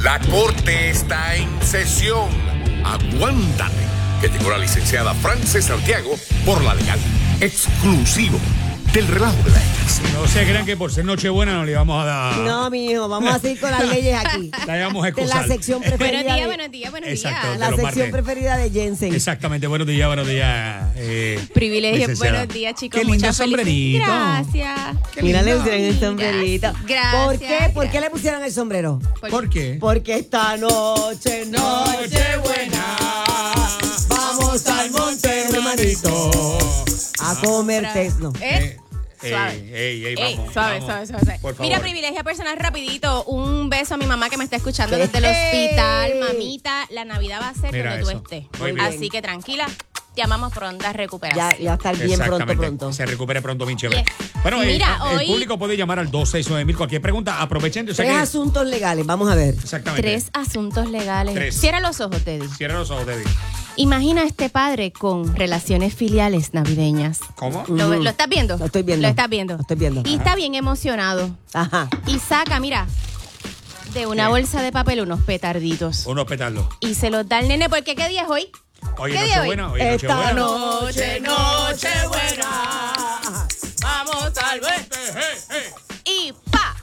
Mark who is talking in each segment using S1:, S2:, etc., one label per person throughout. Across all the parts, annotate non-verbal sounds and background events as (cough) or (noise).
S1: La corte está en sesión. Aguántate, que llegó la licenciada Frances Santiago por la legal. Exclusivo del relajo de la X.
S2: No se crean que por ser Nochebuena no le vamos a dar.
S3: No, mijo, vamos a seguir con las leyes
S2: (laughs)
S3: aquí.
S2: La llamamos
S3: De la
S2: excusal.
S3: sección
S4: Buenos
S3: preferida.
S4: días,
S3: de-
S4: buenos días, buenos
S2: Exacto.
S4: días.
S3: La
S2: Los
S3: sección
S2: martes.
S3: preferida de Jensen.
S2: Exactamente, buenos días, buenos días. eh,
S4: Privilegio,
S2: licenciada.
S4: buenos días, chicos.
S2: Qué lindo
S4: Muchas
S2: sombrerito.
S4: felicidades. Gracias.
S3: Mira, le
S2: lindo.
S3: pusieron el sombrerito.
S4: Gracias,
S3: ¿Por qué? ¿Por qué
S4: gracias.
S3: le pusieron el sombrero?
S2: ¿Por qué?
S3: Porque esta noche, noche buena, vamos al monte, hermanito, a comer tesno.
S4: Eh,
S2: Ey,
S4: Suave.
S2: ey, ey,
S4: Ey,
S2: vamos,
S4: suave,
S2: vamos.
S4: suave, suave, suave.
S2: Por favor.
S4: Mira, privilegio personal, rapidito. Un beso a mi mamá que me está escuchando
S3: ¿Qué?
S4: desde el hospital.
S3: Ey.
S4: Mamita, la Navidad va a ser
S2: Mira
S4: donde
S2: eso.
S4: tú estés.
S2: Muy bien.
S4: Así que tranquila, llamamos pronta
S3: Ya,
S4: recuperación.
S3: ya va a estar bien pronto,
S2: Exactamente.
S3: pronto.
S2: Se recupere pronto, bien chévere.
S4: Yes.
S2: Bueno, eh,
S4: Mira,
S2: el,
S4: hoy-
S2: público puede llamar al 269 mil. Cualquier pregunta, aprovechen. Yo sé
S3: Tres
S2: que-
S3: asuntos legales, vamos a ver.
S2: Exactamente.
S4: Tres asuntos legales.
S2: Tres.
S4: Cierra los ojos, Teddy.
S2: Cierra los ojos, Teddy.
S4: Imagina a este padre con relaciones filiales navideñas.
S2: ¿Cómo?
S4: ¿Lo,
S3: Ujú.
S4: lo estás viendo?
S3: Lo estoy viendo.
S4: Lo estás viendo.
S3: Lo estoy viendo.
S4: Y está bien emocionado.
S3: Ajá.
S4: Y saca, mira, de una
S2: ¿Qué?
S4: bolsa de papel unos petarditos.
S3: Oh.
S2: Unos petardos.
S4: Y se los da al nene porque ¿qué día es hoy?
S2: Oye,
S4: ¿Qué día
S2: noche
S4: hoy?
S2: buena, oye, noche
S3: Esta
S2: buena.
S3: noche, noche buena.
S4: Vamos al Y pa.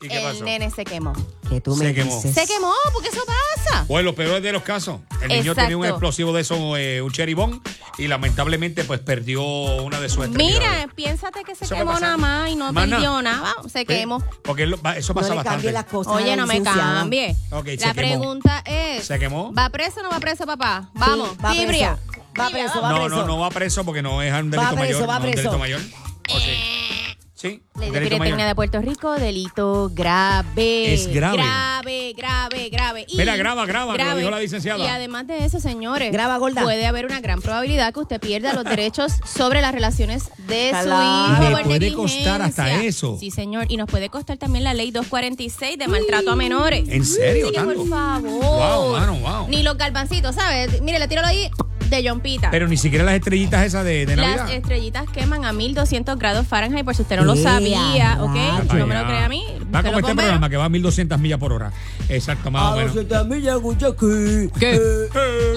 S2: ¿Y qué
S4: el
S2: pasó?
S4: nene se quemó.
S3: Que tú me
S2: Se quemó.
S3: dices.
S4: Se quemó, porque eso pasa.
S2: Pues los peores de los casos. El niño
S4: Exacto.
S2: tenía un explosivo de eso, un cheribón, y lamentablemente pues perdió una de sus extremidades.
S4: Mira, piénsate que se
S2: Eso va
S4: quemó
S2: pasando.
S4: nada más y no
S2: Más nada.
S4: perdió nada. Vamos, se
S2: Sí,
S4: quemó.
S2: Porque lo- va- eso
S3: No
S2: pasa
S3: le
S2: bastante.
S3: cambie las cosas. a
S4: Oye,
S3: la
S4: no me
S3: licenciada.
S4: cambie.
S2: Ok, se quemó.
S4: la pregunta es:
S2: ¿Se quemó?
S4: ¿va preso o no va preso, papá? Vamos,
S3: Sí, va preso.
S4: Tibria.
S3: Va
S4: Tibria,
S3: preso,
S4: vamos.
S3: va
S2: no,
S3: preso.
S2: no, no va preso porque no es un delito
S3: Va preso,
S2: mayor.
S3: va
S2: no es un
S3: preso.
S2: delito mayor. ¿O sí? Sí,
S4: Ley
S2: un
S4: de
S2: delito
S4: pirotecnia de
S2: mayor.
S4: Puerto Rico, delito grave.
S2: Es grave.
S4: Grave, grave, grave. Y-
S2: Mira, graba, graba, lo dijo la licenciada.
S4: Y además de eso, señores,
S3: Graba, gorda.
S4: puede haber una gran probabilidad que usted pierda los derechos sobre las relaciones de
S3: Claro.
S4: su hijo.
S2: Le
S4: por
S2: puede costar hasta
S4: negligencia.
S2: eso.
S4: Sí, señor. Y nos puede costar también la ley 246 de maltrato a menores.
S2: ¿En serio,
S4: Así que,
S2: tanto?
S4: por favor.
S2: Wow, mano, wow.
S4: Ni los galvancitos, ¿sabes? Mire, le tiro ahí de John Pita.
S2: Pero ni siquiera las estrellitas esas de, de
S4: Las
S2: Navidad.
S4: estrellitas queman a 1200 grados Fahrenheit, por si usted no lo
S3: ¡Ea,
S4: sabía, ¿ok?
S3: rayos!
S4: No me lo Ah, cree a mí.
S2: Ah, Va como
S4: busque los
S2: este
S4: bomberos.
S2: programa que va a 1200 millas por hora. Exacto, más o menos. ¿Qué?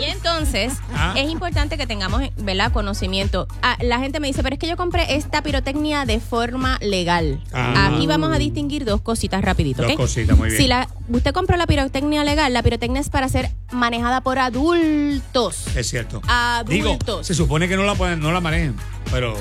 S4: Y entonces,
S2: Ah.
S4: es importante que tengamos, ¿verdad?, conocimiento. Ah, la gente me dice, pero es que yo compré esta pirotecnia de forma legal.
S2: Ah.
S4: Aquí vamos a distinguir dos cositas rapidito,
S2: Dos
S4: ¿ok?
S2: cositas, muy bien.
S4: Si la, usted compró la pirotecnia legal, la pirotecnia es para ser manejada por adultos.
S2: Es cierto.
S4: Adultos.
S2: Digo, se supone que no la, pueden- no la manejen, pero...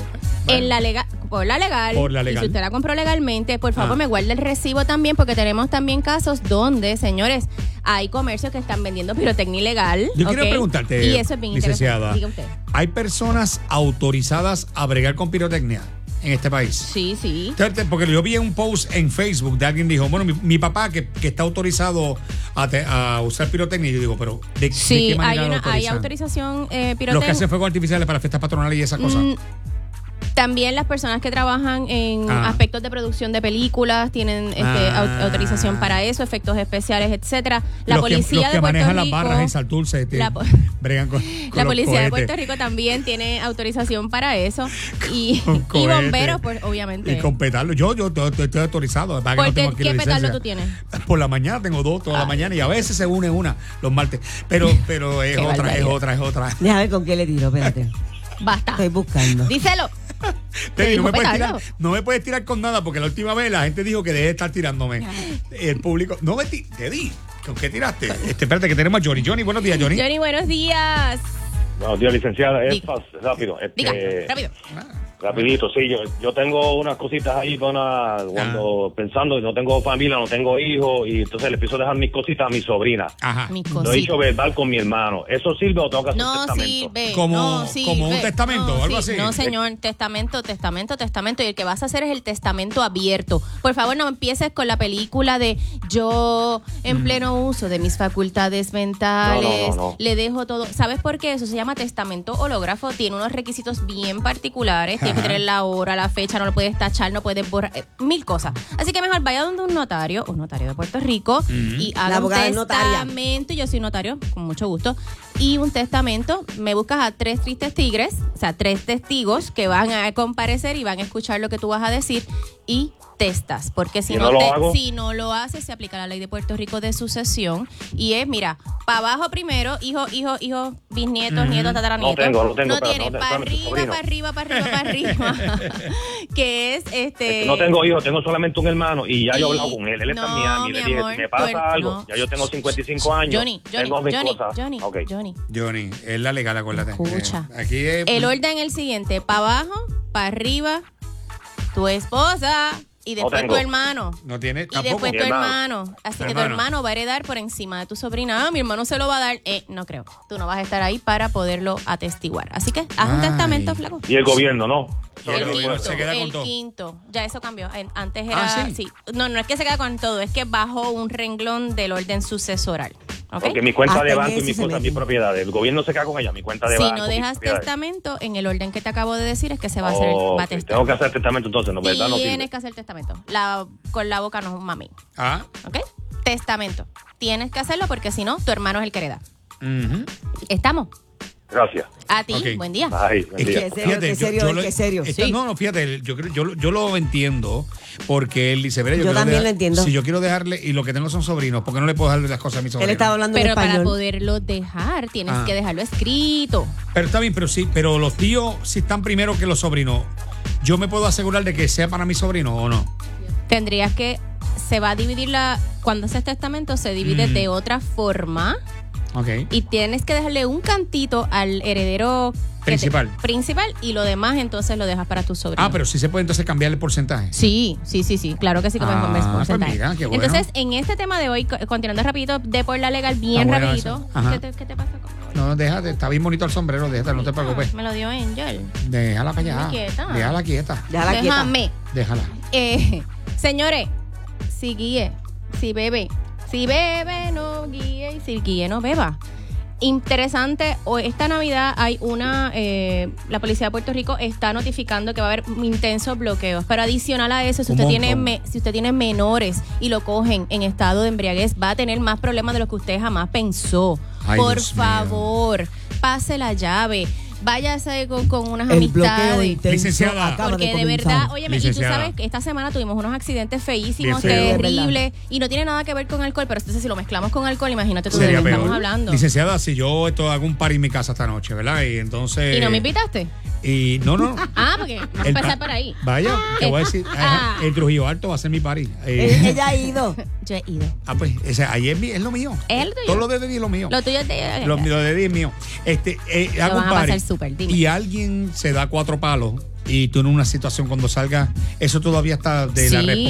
S4: En la legal, por la legal.
S2: Por la
S4: Y
S2: legal.
S4: si usted la compró legalmente, por favor
S2: Ah.
S4: me guarde el recibo también, porque tenemos también casos donde, señores, hay comercios que están vendiendo pirotecnia ilegal.
S2: Yo quiero
S4: ¿ok?
S2: preguntarte,
S4: Y eso es bien
S2: licenciada,
S4: interesante. Diga usted.
S2: ¿hay personas autorizadas a bregar con pirotecnia en este país?
S4: Sí, sí.
S2: Fíjate, Porque yo vi un post en Facebook de alguien dijo, bueno, mi, mi papá que, que está autorizado a, te- a usar pirotecnia, y yo digo, pero ¿de, de
S4: Sí,
S2: qué
S4: hay,
S2: manera lo
S4: una, hay
S2: autorizan?
S4: autorización eh,
S2: Los que
S4: pirotecnia.
S2: hacen fuegos artificiales para fiestas patronales y esas cosas.
S4: Mm, También las personas que trabajan en
S2: Ah.
S4: aspectos de producción de películas tienen este,
S2: Ah.
S4: au- autorización para eso, efectos especiales, etcétera. La
S2: los que, los
S4: policía
S2: que
S4: de Puerto
S2: manejan
S4: Rico,
S2: las barras en Santurce este,
S4: La po-
S2: bregan con, con
S4: (laughs) la
S2: los
S4: policía de
S2: cohetes.
S4: Puerto Rico también tiene autorización para eso y,
S2: (laughs) Con
S4: y
S2: cohetes.
S4: bomberos, pues obviamente.
S2: Y con petardos. Yo, yo, yo estoy autorizado. Para
S4: ¿Por qué?
S2: tengo aquí la
S4: ¿Qué petardo
S2: licencia.
S4: tú tienes?
S2: (laughs) Por la mañana tengo dos, toda la mañana, y a veces se une una los martes.
S4: (laughs)
S2: Pero, pero es
S4: Qué
S2: otra, es
S4: barbaridad.
S2: otra, es
S4: (laughs)
S2: otra.
S3: Déjame ver con qué le tiro, espérate.
S4: Basta.
S3: Estoy buscando.
S4: Díselo.
S2: Teddy, no,
S4: dijo
S2: me puedes
S4: petardo?
S2: tirar, no me puedes tirar con nada, porque la última vez la gente dijo que deje de estar tirándome. El público. No me ti- Teddy, ¿con qué tiraste? Este, espérate, que tenemos a Johnny. Johnny, buenos días, Johnny.
S4: Johnny, buenos días.
S5: Buenos días, licenciada. Es
S4: Diga.
S5: fácil, rápido.
S4: Diga,
S5: Este,
S4: rápido.
S5: Rapidito, sí. Yo, yo tengo unas cositas ahí para una- cuando pensando, no tengo familia, no tengo hijos, y entonces le empiezo a dejar mis cositas a mi sobrina.
S2: Ajá.
S4: Mis
S5: Lo he dicho
S4: cositas.
S5: verbal con mi hermano. ¿Eso sirve o tengo que hacer
S4: pues No
S5: testamento?
S4: sirve.
S2: Como-
S4: no sirve.
S2: como un testamento,
S4: No,
S2: algo
S4: sí,
S2: así.
S4: No, señor. Testamento, testamento, testamento. Y el que vas a hacer es el testamento abierto. Por favor, no empieces con la película de yo,
S2: Mm.
S4: en pleno uso de mis facultades mentales,
S5: No, no, no, no.
S4: le dejo todo. ¿Sabes por qué? Eso se llama testamento hológrafo. Tiene unos requisitos bien particulares. Tiene que
S2: Ajá.
S4: tener la hora, la fecha, no lo puedes tachar, no puedes borrar, eh, mil cosas. Así que mejor vaya donde un notario, un notario de Puerto Rico,
S2: Mm.
S4: y haga un
S3: abogada es notaria.
S4: testamento testamento, yo soy notario, con mucho gusto, y un testamento, me buscas a tres tristes tigres, o sea, tres testigos que van a comparecer y van a escuchar lo que tú vas a decir y contestas, porque si
S5: Yo
S4: no,
S5: no lo
S4: te-
S5: hago.
S4: si no lo haces, se aplica la ley de Puerto Rico de sucesión y es, mira, para abajo primero, hijo, hijo, hijo, bisnietos, nietos, tataranietos.
S5: No tengo, no tengo, pero
S4: tiene,
S5: no te-
S4: para
S5: dame tu
S4: arriba,
S5: sobrino.
S4: para arriba, para arriba, para
S5: (laughs)
S4: arriba, (laughs) que es este...
S5: No tengo hijos, tengo solamente un hermano y ya yo he hablado
S4: Y-
S5: con él. Él está
S4: no,
S5: en Miami.
S4: mi
S5: Le dije,
S4: amor,
S5: me pasa
S4: tú eres-
S5: algo.
S4: no.
S5: Ya yo tengo 55 años.
S4: Johnny, Johnny,
S5: tengo mis
S4: Johnny,
S5: cosas.
S4: Johnny,
S5: Ok.
S4: Johnny.
S2: Johnny, es la legal, acuérdate.
S4: Escucha.
S2: Eh, aquí es.
S4: El orden es el siguiente: para abajo, para arriba, tu esposa y
S5: No
S4: después
S5: tengo.
S4: tu hermano.
S2: No tiene.
S4: Y
S2: Tampoco.
S4: después tu
S5: Mi
S4: hermano.
S5: hermano.
S4: Así
S2: Mi
S4: que tu
S2: hermano.
S4: hermano va a heredar por encima de tu sobrina. Ah, mi hermano se lo va a dar. Eh, no creo. Tú no vas a estar ahí para poderlo atestiguar. Así que haz un
S2: Ay.
S4: testamento, flaco.
S5: Y el gobierno, ¿no?
S2: Y el gobierno se queda con
S4: el
S2: todo.
S4: quinto. Ya eso cambió. En- Antes era.
S2: Ah, ¿sí?
S4: sí. No, no es que se queda con todo, es que bajo un renglón del orden sucesoral. ¿ok?
S5: Porque mi cuenta
S3: Hasta
S5: de
S3: en
S5: banco y
S3: eso
S5: mis
S3: se
S5: cosas, mis
S3: meten.
S5: propiedades. El gobierno se queda con ella, mi cuenta de
S4: Si
S5: banco.
S4: no
S5: mis
S4: dejas
S5: propiedades.
S4: testamento, en el orden que te acabo de decir es que se va a hacer el este.
S5: Ok,
S4: va a testar.
S5: Tengo que hacer testamento entonces, ¿no? ¿Verdad? No sirve.
S4: Tienes que hacer testamento. La, con la boca no, mami.
S2: Ah.
S4: ¿Ok? Testamento. Tienes que hacerlo porque si no, tu hermano es el que hereda.
S2: ujú.
S4: Estamos. (laughs)
S5: Gracias.
S4: A ti,
S2: Ok.
S4: buen día.
S5: Ay, buen
S3: Es que
S5: día.
S3: es- serio, qué serio,
S2: lo-
S3: qué serio.
S2: Esto-
S3: Sí.
S2: No, no, fíjate, el- yo, creo- yo, lo- yo lo entiendo porque él dice, mira, yo,
S3: Yo
S2: quiero
S3: también
S2: dejar-
S3: lo entiendo.
S2: Si yo quiero dejarle, y lo que tengo son sobrinos, porque no le puedo dejarle las cosas a mis sobrinos?
S3: Él estaba hablando en
S4: Pero
S3: español.
S4: para poderlo dejar, tienes
S2: Ah.
S4: que dejarlo escrito.
S2: Pero está bien, pero sí, pero los tíos si están primero que los sobrinos. Yo me puedo asegurar de que sea para mis sobrinos o no.
S4: Tendrías que. Se va a dividir la. Cuando haces testamento, se divide
S2: Mm.
S4: de otra forma.
S2: Ok.
S4: y tienes que dejarle un cantito al heredero que te-
S2: Principal.
S4: principal y lo demás entonces lo dejas para tu sobrino.
S2: Ah, pero sí se puede entonces cambiar el porcentaje.
S4: Sí, sí, sí, sí, claro que sí, como
S2: Ah,
S4: es con mes-
S2: pues
S4: porcentaje.
S2: mira, qué bueno.
S4: Entonces, en este tema de hoy, co- continuando rapidito, de por la legal, bien
S2: bueno
S4: rapidito.
S2: eso. Ajá.
S4: ¿Qué te, qué te pasó con
S2: No, no, déjate, está bien bonito el sombrero, déjate, no te preocupes.
S4: Me lo dio Angel.
S2: Déjala para allá.
S4: Muy quieta.
S2: Déjala quieta.
S3: Déjala quieta.
S4: Déjame.
S2: Déjala.
S4: Eh, (laughs) señores, si guíe, si bebe, si bebe, no guíe y si guíe, no beba. Interesante, hoy esta Navidad hay una, eh, la policía de Puerto Rico está notificando que va a haber intensos bloqueos, pero adicional a eso, si
S2: Un
S4: usted, tiene,
S2: montón.
S4: me- si usted tiene menores y lo cogen en estado de embriaguez, va a tener más problemas de los que usted jamás pensó.
S2: Ay,
S4: Por
S2: Dios mío.
S4: favor, pase la llave, váyase con, con unas
S3: El bloqueo
S4: amistades.
S3: intenso
S2: Licenciada.
S3: acaba
S4: Porque de,
S3: comenzar. (laughs)
S4: verdad, oye, y tú
S2: Licenciada.
S4: sabes que esta semana tuvimos unos accidentes feísimos,
S2: Bien feo.
S4: terribles, y no tiene nada que ver con alcohol, pero entonces si lo mezclamos con alcohol, imagínate tú de lo
S2: Sería
S4: que
S2: peor.
S4: estamos hablando.
S2: Licenciada, si yo esto hago un par en mi casa esta noche, ¿verdad? Y entonces.
S4: ¿Y no me invitaste?
S2: Y no, no.
S4: Ah, porque (laughs) vamos a
S2: eh, El
S4: empezar
S2: pa-
S4: por ahí.
S2: Vaya, te
S4: ¿Qué?
S2: voy a decir,
S4: Ah.
S2: ajá, el Trujillo Alto va a ser mi party. Eh,
S3: Eh, Ella ha ido.
S4: Yo he ido.
S2: (laughs) ah, pues, o sea, ahí es, mi- es lo mío.
S4: Es lo tuyo.
S2: Todo lo de Didi es lo mío.
S4: Lo tuyo es de...
S2: Lo, lo de Didi es mío. Este, eh, hago
S4: vas
S2: un
S4: a pasar
S2: party
S4: súper, dime.
S2: y alguien se da cuatro palos y tú en una situación cuando salgas, eso todavía está de la
S4: sí, tú eres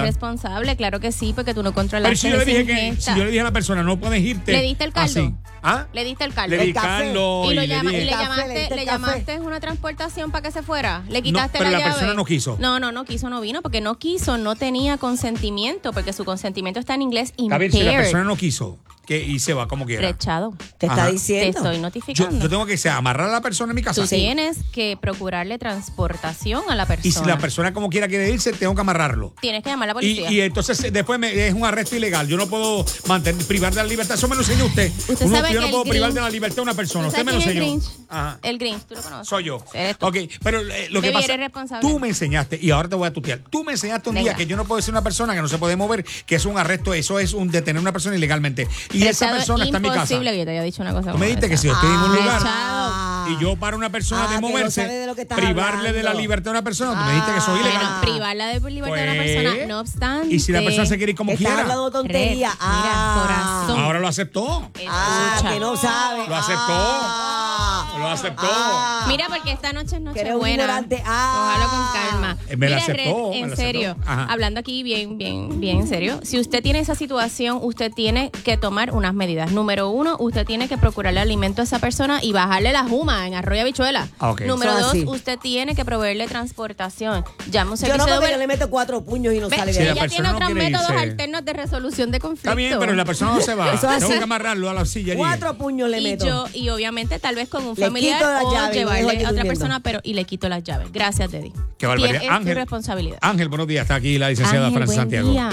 S2: responsabilidad.
S4: responsable, claro que sí, porque tú no
S2: Pero
S4: controlas
S2: si yo, le dije que, si yo le dije a la persona, no puedes irte.
S4: ¿Le diste el caldo?
S2: así. ¿Ah?
S4: Le diste el
S2: Le
S4: caldo.
S2: di
S3: El café.
S2: caldo
S4: y, lo
S2: y le
S4: llama- y
S2: dije.
S4: le
S3: Café, le
S4: llamaste,
S3: diste
S4: le
S3: café.
S4: llamaste una transportación para que se fuera. Le quitaste
S2: pero
S4: la,
S2: la
S4: llave.
S2: persona no quiso.
S4: No, no, no quiso, no vino porque no quiso, no tenía consentimiento porque su consentimiento está en inglés
S2: Está bien, si la
S4: impaired.
S2: persona no quiso que, y se va como quiera.
S4: Rechado.
S3: Te está
S2: Ajá.
S4: Te
S3: diciendo.
S4: estoy
S2: Yo,
S4: notificando.
S2: yo tengo que o sea, amarrar a la persona en mi casa.
S4: Tú tienes que procurarle transportación a la persona.
S2: Y si la persona como quiera quiere irse, tengo que amarrarlo.
S4: Tienes que llamar a la
S2: Y,
S4: policía.
S2: y entonces eh, después me, es un arresto ilegal. Yo no puedo mantener, privar de la libertad. Eso me lo enseñó usted.
S4: Usted
S2: Uno-
S4: sabe
S2: yo
S4: que
S2: no
S4: el
S2: puedo privar
S4: Grinch-
S2: de la libertad a una persona.
S4: ¿Tú
S2: Usted
S4: sabes
S2: me lo
S4: quién es
S2: enseñó.
S4: el Grinch?
S2: Ajá.
S4: El Grinch, tú lo conoces.
S2: Soy yo.
S4: Eres tú.
S2: Ok, pero eh, lo que
S4: Baby,
S2: pasa.
S4: eres responsable.
S2: Tú me enseñaste, y ahora te voy a tutear. Tú me enseñaste un día
S4: Venga.
S2: que yo no puedo decir una persona que no se puede mover, que es un arresto, eso es un detener a una persona ilegalmente. Y esa
S4: Rechado,
S2: persona está en mi casa.
S4: imposible que yo te haya dicho una cosa
S2: Tú me dijiste que si yo
S4: yo
S2: estoy en un lugar
S3: Ah.
S2: y yo para una persona
S3: Ah,
S2: de
S3: que no
S2: moverse,
S3: sabe de lo que estás
S2: privarle
S3: hablando.
S2: de la libertad a una persona, tú me dijiste que eso es
S3: Ah.
S2: ilegal.
S4: Bueno, privarla de libertad de una
S2: Pues,
S4: persona, no obstante.
S2: Y si la persona se quiere ir como
S3: Estás
S2: quiera,
S3: hablando tontería.
S4: Red, mira,
S3: ah,
S4: corazón.
S2: ahora lo aceptó.
S3: Ah,
S4: Escucha.
S3: que no sabe.
S2: Lo aceptó.
S3: Ah.
S2: Lo aceptó.
S3: Ah.
S4: Mira, porque esta noche es
S3: Que
S4: noche
S3: eres un
S4: buena.
S3: ignorante. Ah.
S4: Ojalá con calma.
S2: Eh, me la
S4: Mira,
S2: aceptó,
S4: Red,
S2: me
S4: en
S2: la
S4: serio,
S2: aceptó. Ajá.
S4: hablando aquí bien, bien, bien en serio. Si usted tiene esa situación, usted tiene que tomar unas medidas. Número uno, usted tiene que procurarle alimento a esa persona y bajarle la juma en arroyo habichuela.
S2: Ah, ok.
S4: Número
S3: Eso es
S4: dos,
S3: así.
S4: usted tiene que proveerle transportación. Llama a un
S3: Yo
S4: servicio
S3: no
S4: de
S3: porque
S4: Uber.
S3: yo le meto cuatro puños y no
S4: Ve,
S3: sale
S2: Sí,
S3: de
S2: la
S3: ahí.
S4: ella tiene
S2: persona no
S4: otros
S2: quiere
S4: métodos
S2: irse.
S4: alternos de resolución de conflicto.
S2: Está bien, pero la persona no se va.
S3: Eso es
S2: Tengo que
S3: así.
S2: amarrarlo a la silla. allí.
S3: Cuatro puños le
S4: y
S3: meto.
S4: yo, y obviamente tal vez con un
S3: Le
S4: familiar
S3: quito las
S4: o
S3: llaves y lo dejo
S4: llevarle
S3: allí
S4: a otra
S3: durmiendo.
S4: persona, pero y le quito las llaves. Gracias, Deddy.
S2: Qué barbaridad.
S4: Tien- Es tu
S2: Ángel,
S4: responsabilidad.
S2: Ángel, buenos días. Está aquí la licenciada
S4: Ángel,
S2: Francis
S4: buen
S2: Santiago.
S4: día.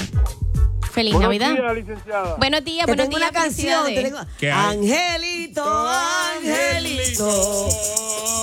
S4: Feliz
S6: Buenos
S4: Navidad.
S6: días, licenciada.
S4: Buenos días,
S3: Te
S4: buenos
S3: tengo
S4: días.
S3: una canción. te
S4: felicidades. Pues
S3: tengo-
S2: ¿Qué hay?
S3: Angelito, angelito,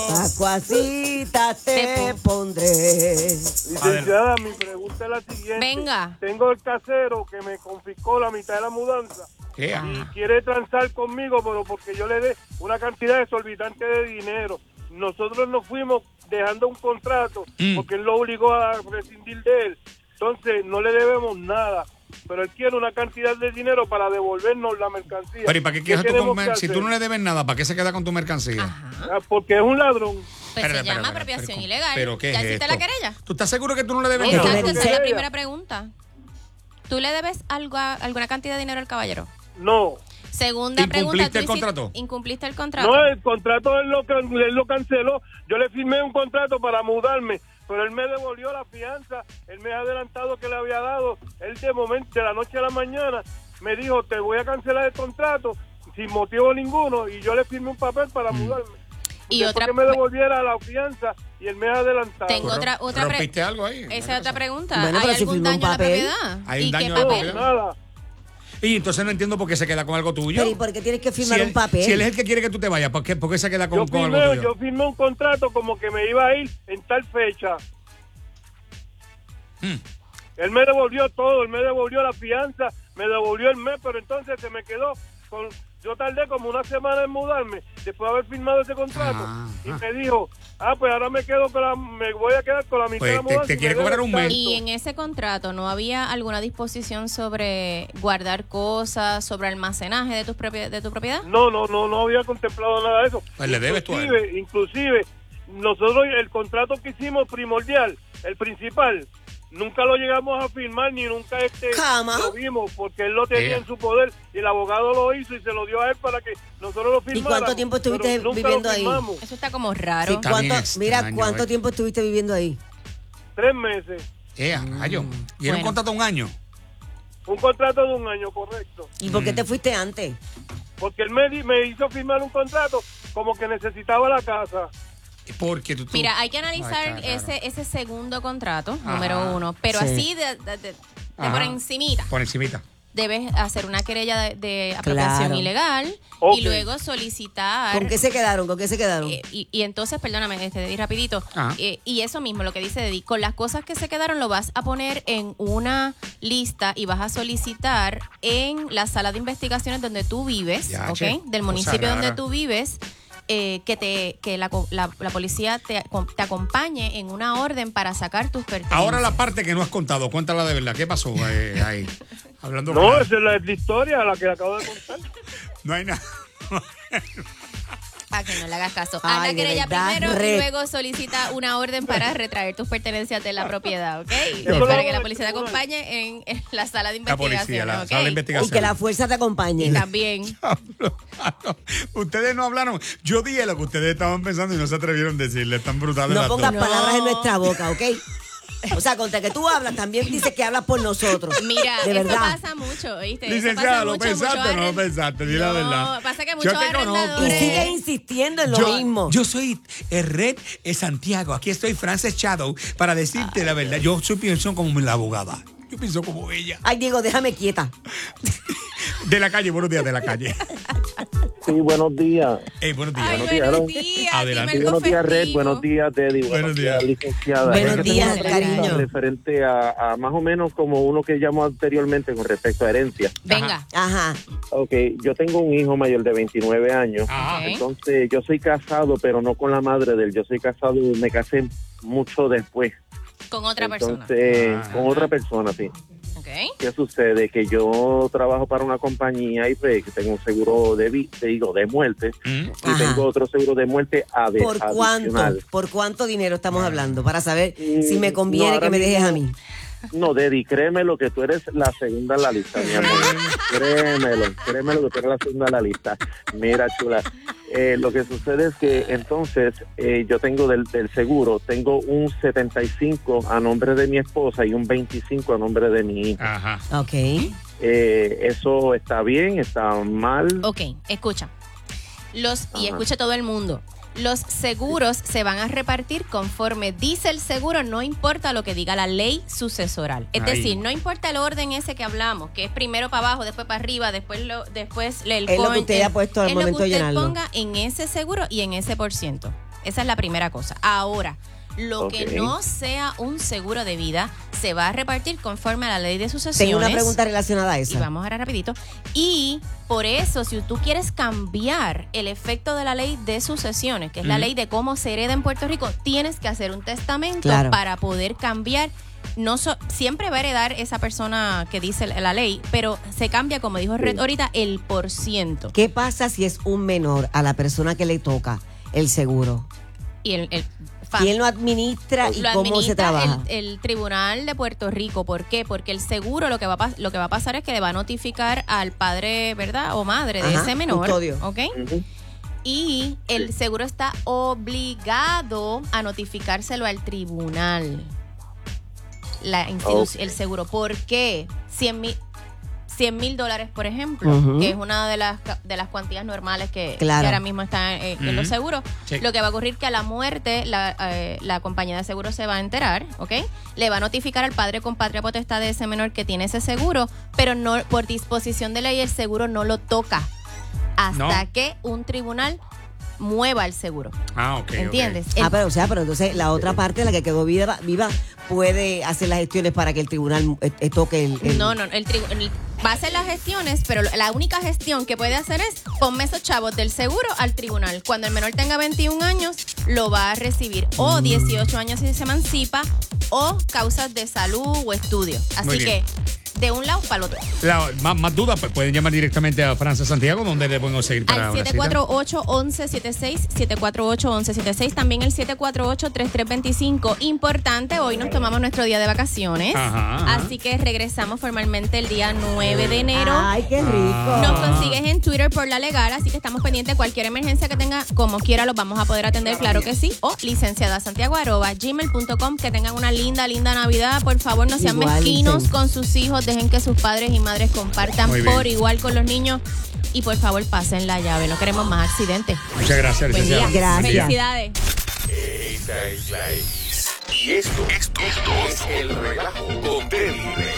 S3: Pascuacita te
S4: Te
S3: pondré.
S6: Licenciada, mi pregunta es la siguiente.
S4: Venga.
S6: Tengo el casero que me confiscó la mitad de la mudanza
S2: ¿Qué?
S6: y
S4: Ah.
S6: quiere transar conmigo, pero porque yo le dé una cantidad exorbitante de dinero. Nosotros nos fuimos dejando un contrato
S2: Mm.
S6: porque él lo obligó a rescindir de él. Entonces, no le debemos nada. Pero él quiere una cantidad de dinero para devolvernos la mercancía.
S2: Pero ¿y para qué quieres tú
S6: tenemos
S2: comer?
S6: que
S2: Si tú
S6: hacer?
S2: no le debes nada, ¿para qué se queda con tu mercancía?
S6: Ah, Porque es un ladrón.
S4: Pues
S2: Espera,
S4: se
S2: espera,
S4: llama
S2: espera,
S4: apropiación
S2: pero-
S4: ilegal.
S2: ¿Pero qué
S4: ¿Ya
S2: es
S4: hiciste
S2: esto?
S4: la querella?
S2: ¿Tú estás seguro que tú no le debes
S3: Pero
S2: nada?
S4: Exacto, esa es
S6: querella.
S4: la primera pregunta. ¿Tú le debes algo a- alguna cantidad de dinero al caballero?
S6: No.
S4: Segunda
S2: ¿Incumpliste
S4: pregunta. ¿tú
S2: el
S4: hici-
S2: contrato?
S4: ¿Incumpliste el contrato?
S6: No, el contrato él lo, can- él lo canceló. Yo le firmé un contrato para mudarme, pero él me devolvió la fianza, el mes adelantado que le había dado. Él de momento, de la noche a la mañana, me dijo, te voy a cancelar el contrato sin motivo ninguno y yo le firmé un papel para mudarme.
S4: Y
S6: Después
S4: otra-
S6: que me devolviera la fianza y el mes adelantado.
S4: Tengo otra, otra pre-
S2: ¿Rompiste algo ahí?
S4: Esa es otra pregunta.
S3: Bueno,
S4: ¿Hay
S3: pero si
S4: algún
S3: firmó un
S4: daño a la
S3: papel.
S4: propiedad?
S2: Hay un
S4: ¿Y
S2: daño
S4: qué
S2: a la
S4: papel?
S2: propiedad.
S6: Nada.
S2: Y entonces no entiendo por qué se queda con algo tuyo.
S3: Pero ¿y por qué tienes que firmar
S2: si él,
S3: un papel?
S2: Si él es el que quiere que tú te vayas, ¿por qué, por qué se queda
S6: Yo
S2: con, con algo
S6: firmé,
S2: tuyo?
S6: yo firmé un contrato como que me iba a ir en tal fecha.
S2: Hmm.
S6: Él me devolvió todo, él me devolvió la fianza, me devolvió el mes, pero entonces se me quedó con... Yo tardé como una semana en mudarme después de haber firmado ese contrato
S2: Ah.
S6: y me dijo, ah, pues ahora me quedo con la... me voy a quedar con la mitad
S2: Pues
S6: de la
S2: te-
S6: mudanza
S2: te
S6: y me
S2: quiere
S6: debe
S2: cobrar un mes.
S6: tanto".
S4: Y en ese contrato no había alguna disposición sobre guardar cosas, sobre almacenaje de, tus propiedad- de tu propiedad.
S6: No, no, no, no había contemplado nada de eso.
S2: Pues le debes tú a él.
S6: inclusive, inclusive, nosotros el contrato que hicimos primordial, el principal, nunca lo llegamos a firmar ni nunca este
S3: Cama.
S6: lo vimos porque él lo tenía
S2: Ella.
S6: en su poder y el abogado lo hizo y se lo dio a él para que nosotros lo firmáramos.
S3: cuánto tiempo estuviste
S6: pero nunca lo
S3: viviendo ahí?
S6: firmamos.
S4: Eso está como
S3: Sí,
S4: raro.
S2: Está
S3: ¿cuánto-
S2: bien extraño,
S3: mira, ¿cuánto
S2: eh.
S3: tiempo estuviste viviendo ahí?
S6: Tres meses.
S2: Eh, rayo.
S3: Mm,
S2: Y era un
S4: Bueno.
S2: contrato de un año.
S6: Un contrato de un año, correcto.
S3: ¿Y por qué
S2: Mm.
S3: te fuiste antes?
S6: Porque él me, di- me hizo firmar un contrato como que necesitaba la casa.
S2: Porque tú, tú-
S4: Mira, hay que
S2: Ay,
S4: analizar
S2: está raro.
S4: ese, ese segundo contrato,
S2: Ajá.
S4: número uno. Pero
S3: Sí.
S4: así, de, de- de- de
S2: Ajá.
S4: por encimita,
S2: Por encimita.
S4: debes hacer una querella de, de apropiación
S3: Claro.
S4: ilegal
S6: Ok.
S4: y luego solicitar...
S3: ¿Con qué se quedaron? ¿Con qué se quedaron?
S4: eh, y, y entonces, perdóname, este, Deddy, rapidito.
S2: Ajá.
S4: eh, y eso mismo, lo que dice Deddy, con las cosas que se quedaron lo vas a poner en una lista y vas a solicitar en la sala de investigaciones donde tú vives,
S2: Ya,
S4: ¿ok?
S2: che, cosa
S4: Del municipio donde
S2: rara.
S4: tú vives. eh, que te que la, co- la- la policía te, acom- te acompañe en una orden para sacar tus pertenencias.
S2: Ahora la parte que no has contado, cuéntala de verdad. ¿Qué pasó eh, ahí? Hablando
S6: No,
S2: claro.
S6: esa es la, la historia la que le acabo de contar.
S2: No hay nada.
S4: Para que no le hagas caso.
S3: Ay,
S4: Haz la
S3: de
S4: querella
S3: verdad,
S4: primero
S3: re-
S4: y luego solicita una orden para retraer tus pertenencias de
S2: Ah.
S4: la propiedad, ¿ok?
S6: lo hago
S4: Para
S6: en
S4: que
S6: el
S4: la policía te
S6: tribunal.
S4: acompañe en, en la sala de
S2: La
S4: investigación.
S2: policía, la sala de investigación.
S3: Y
S2: (laughs)
S3: que la fuerza te acompañe.
S4: También.
S2: Pablo, Pablo, ustedes no hablaron. Yo dije lo que ustedes estaban pensando y no se atrevieron a decirle. Están brutales
S3: No
S2: las
S3: pongas
S2: dos.
S3: palabras en nuestra boca, ¿ok? O sea, contra que tú hablas, también dices que hablas por nosotros.
S4: Mira,
S3: de
S4: eso
S3: verdad.
S4: pasa mucho, ¿oíste? Eso
S2: Licenciada,
S4: pasa
S2: ¿lo
S4: mucho,
S2: pensaste
S4: mucho
S2: o no lo
S4: arren-
S2: pensaste? Dile la
S4: No,
S2: verdad.
S4: pasa que
S2: Yo
S4: muchos
S2: te conozco.
S3: Y
S4: arrendadores...
S3: sigues insistiendo en lo mismo.
S2: yo soy el Red eh, Santiago. Aquí estoy, Frances Shadow, para decirte la verdad. Yo soy pienso como la abogada. Yo pienso como ella.
S3: Ay, Diego, déjame quieta.
S2: De la calle, buenos días, de la
S4: (laughs)
S2: calle.
S5: Sí, buenos días.
S2: Ey, buenos días.
S4: Ay,
S5: Buenos
S4: buenos
S5: días.
S4: días.
S2: Adelante.
S4: dime algo
S5: buenos días, Red.
S4: festivo.
S5: Buenos días, Teddy.
S2: Buenos días.
S5: licenciada.
S3: Buenos
S5: Es que tengo
S3: días,
S5: una pregunta
S3: cariño.
S5: Referente a, a más o menos como uno que llamó anteriormente con respecto a herencia.
S4: Venga.
S3: Ajá.
S5: Ok, yo tengo un hijo mayor de 29 años.
S2: Ah,
S4: Ok.
S5: Entonces, yo soy casado, pero no con la madre de él. Yo soy casado y me casé mucho después.
S4: Con otra persona.
S5: Entonces,
S2: Ah.
S5: con otra persona, sí.
S4: ¿Ok?
S5: ¿Qué sucede? Que yo trabajo para una compañía y pues, que tengo un seguro de, vi- te digo, de muerte
S2: mm,
S5: y
S3: Ajá.
S5: tengo otro seguro de muerte ade-
S3: ¿Por cuánto?
S5: adicional.
S3: ¿Por cuánto dinero estamos hablando? Para saber
S5: Mm,
S3: si me
S5: no,
S3: conviene
S5: ahora
S3: que me dejes a mí.
S5: No, Deddy, créemelo que tú eres la segunda en la lista, mi amor. créemelo, créemelo que tú eres la segunda en la lista. Mira, chula. eh, lo que sucede es que entonces eh, yo tengo del, del seguro, tengo un 75 a nombre de mi esposa y un 25 a nombre de mi hijo.
S2: Ajá.
S3: Ok.
S5: Eh, eso está bien, está mal.
S4: Ok, escucha. Los, y
S5: Ajá.
S4: escucha todo el mundo. Los seguros se van a repartir conforme dice el seguro, no importa lo que diga la ley sucesoral. Es
S2: Ahí.
S4: decir, no importa el orden ese que hablamos, que es primero para abajo, después para arriba, después lo, después el
S3: Es lo que
S4: con-
S3: usted ha puesto al
S4: es
S3: momento de
S4: lo que usted
S3: llenarlo.
S4: ponga en ese seguro y en ese por ciento. Esa es la primera cosa. Ahora, lo
S5: Ok.
S4: que no sea un seguro de vida se va a repartir conforme a la ley de sucesiones.
S3: Tengo una pregunta relacionada a
S4: Y
S3: esa.
S4: vamos ahora rapidito. Y por eso, si tú quieres cambiar el efecto de la ley de sucesiones, que es la
S2: Ujú.
S4: ley de cómo se hereda en Puerto Rico, tienes que hacer un testamento
S3: Claro.
S4: para poder cambiar. No so- siempre va a heredar esa persona que dice la ley, pero se cambia, como dijo Red ahorita, el por ciento.
S3: ¿Qué pasa si es un menor a la persona que le toca el seguro?
S4: Y el, el fa-
S3: ¿Quién lo administra y
S4: Pues lo
S3: cómo se
S4: administra
S3: trabaja?
S4: El, el tribunal de Puerto Rico. ¿Por qué? Porque el seguro lo que va a, pas- lo que va a pasar es que le va a notificar al padre, ¿verdad? O madre de
S3: Ajá,
S4: ese menor.
S3: custodio.
S4: ¿Ok?
S5: Ujú.
S4: Y el seguro está obligado a notificárselo al tribunal. La institu-
S5: Ok.
S4: El seguro. ¿Por qué? 100 mil. 100 mil dólares, por ejemplo,
S3: Ujú.
S4: que es una de las, ca- de las cuantías normales que,
S3: Claro.
S4: que ahora mismo está eh, en los
S2: Ujú.
S4: seguros.
S2: Sí.
S4: Lo que va a ocurrir que a la muerte la, eh, la compañía de seguro se va a enterar, ¿ok? Le va a notificar al padre con patria potestad de ese menor que tiene ese seguro, pero no por disposición de ley el seguro no lo toca hasta
S2: No.
S4: que un tribunal mueva el seguro.
S2: Ah, ok. ok.
S4: ¿Entiendes? El-
S3: Ah, pero o sea, pero entonces la otra parte, la que quedó viva, viva puede hacer las gestiones para que el tribunal eh, eh, toque el, el-
S4: no, no, el tribu- el- va a hacer las gestiones, pero la única gestión que puede hacer es ponme esos chavos del seguro al tribunal. Cuando el menor tenga 21 años, lo va a recibir o
S2: Mm.
S4: 18 años si se emancipa o causas de salud o estudio.
S2: Muy
S4: Así que
S2: bien.
S4: de un lado para el otro.
S2: La- más, más dudas, pues pueden llamar directamente a Frances Santiago, donde le podemos seguir para
S4: Al
S2: una cita?
S4: 748-1176, 748-1176, también el 748-3325. Importante, hoy nos tomamos nuestro día de vacaciones.
S2: Ajá, ajá.
S4: Así que regresamos formalmente el día 9 de enero.
S3: Ay, qué rico.
S4: Nos consigues en Twitter por la legal, así que estamos pendientes de cualquier emergencia que tenga, como quiera, los vamos a poder atender, claro que sí. O licenciada Santiago gmail.com, que tengan una linda, linda Navidad. Por favor, no sean
S3: Igual,
S4: mezquinos
S3: dicen.
S4: con sus hijos, dejen que sus padres y madres compartan
S2: Muy bien.
S4: por igual con los niños. Y por favor, pasen la llave, no queremos más accidentes.
S2: Muchas gracias,
S4: Buen día.
S2: licenciada.
S3: Gracias.
S2: Buen día.
S4: Felicidades.
S1: Esta es la X. Y esto, esto, esto es el relajo con Deli.